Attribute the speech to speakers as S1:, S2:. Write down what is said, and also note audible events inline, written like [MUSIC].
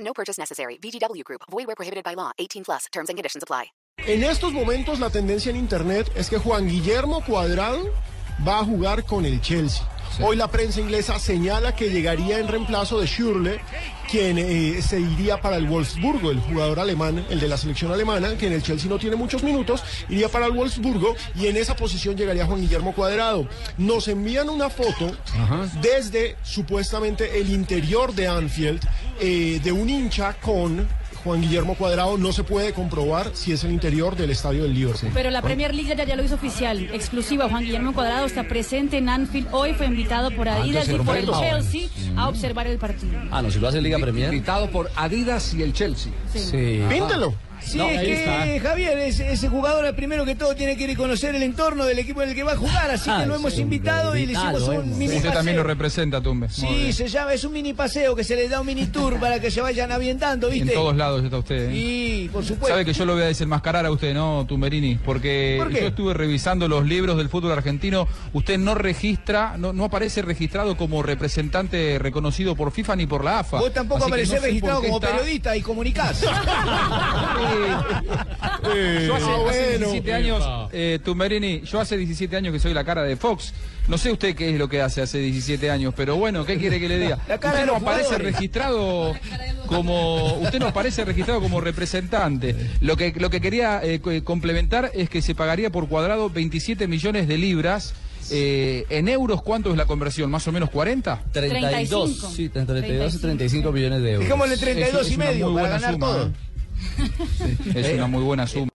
S1: No purchase necessary. VGW Group. Void where prohibited by law. 18 plus. Terms and conditions apply.
S2: En estos momentos la tendencia en internet es que Juan Guillermo Cuadrado va a jugar con el Chelsea. Hoy la prensa inglesa señala que llegaría en reemplazo de Schürrle, quien eh, se iría para el Wolfsburgo, el jugador alemán, el de la selección alemana, que en el Chelsea no tiene muchos minutos, iría para el Wolfsburgo y en esa posición llegaría Juan Guillermo Cuadrado. Nos envían una foto desde supuestamente el interior de Anfield eh, de un hincha con Juan Guillermo Cuadrado. No se puede comprobar si es el interior del estadio del Liverpool.
S3: Pero la Premier League ya, ya lo hizo oficial, exclusiva. Juan Guillermo Cuadrado está presente en Anfield. Hoy fue invitado por Adidas y por el Chelsea a observar el partido.
S4: Ah, no, si lo hace Liga Premier.
S5: Invitado por Adidas y el Chelsea.
S4: Sí. Ah.
S2: Píntelo.
S6: Sí,
S4: No,
S6: es
S4: ahí
S6: que
S4: está.
S6: Javier, es- ese jugador primero que todo tiene que conocer el entorno del equipo en el que va a jugar, así
S4: Ah,
S6: que lo hemos
S4: sí,
S6: invitado y le
S4: ah,
S6: hicimos
S4: lo
S6: un
S4: hemos.
S6: mini
S5: Usted Este también lo
S6: paseo.
S5: representa, Tumbe. Muy
S6: Sí,
S5: bien.
S6: se llama, es un mini paseo que se les da un mini tour para que se vayan ambientando, ¿viste?
S5: En todos lados está usted. ¿eh?
S6: Sí, por supuesto.
S5: Sabe que yo lo voy a desenmascarar a usted, ¿no, Tumberini? Porque
S6: ¿Por qué?
S5: yo estuve revisando los libros del fútbol argentino. Usted no registra, no, no aparece registrado como representante reconocido por FIFA ni por la AFA.
S6: Vos tampoco
S5: Así que
S6: aparecés
S5: no sé
S6: registrado
S5: por qué
S6: como
S5: está-
S6: periodista y
S2: [LAUGHS]
S6: comunicás. [LAUGHS]
S5: Yo hace,
S2: Ah,
S5: hace
S2: bueno.
S5: 17 años, eh, Tumberini, yo hace 17 años que soy la cara de Fox. No sé usted qué es lo que hace hace 17 años, pero bueno, ¿qué quiere que le diga?
S6: [LAUGHS] La cara
S5: usted
S6: de
S5: no
S6: los
S5: aparece
S6: jugadores.
S5: registrado como usted no aparece registrado como representante. Lo que lo que quería eh, co- eh, complementar es que se pagaría por cuadrado 27 millones de libras. Eh, en euros, ¿cuánto es la conversión? ¿Más o menos 40?
S3: 32.
S4: 32. Sí, 32 y 35 millones de euros.
S6: Dejémosle 32
S5: Es- es
S6: y
S5: una
S6: medio
S5: muy
S6: para
S5: buena ¿eh?
S6: ganar
S5: suma,
S6: todo.
S5: ¿eh? Sí, es una muy buena suma.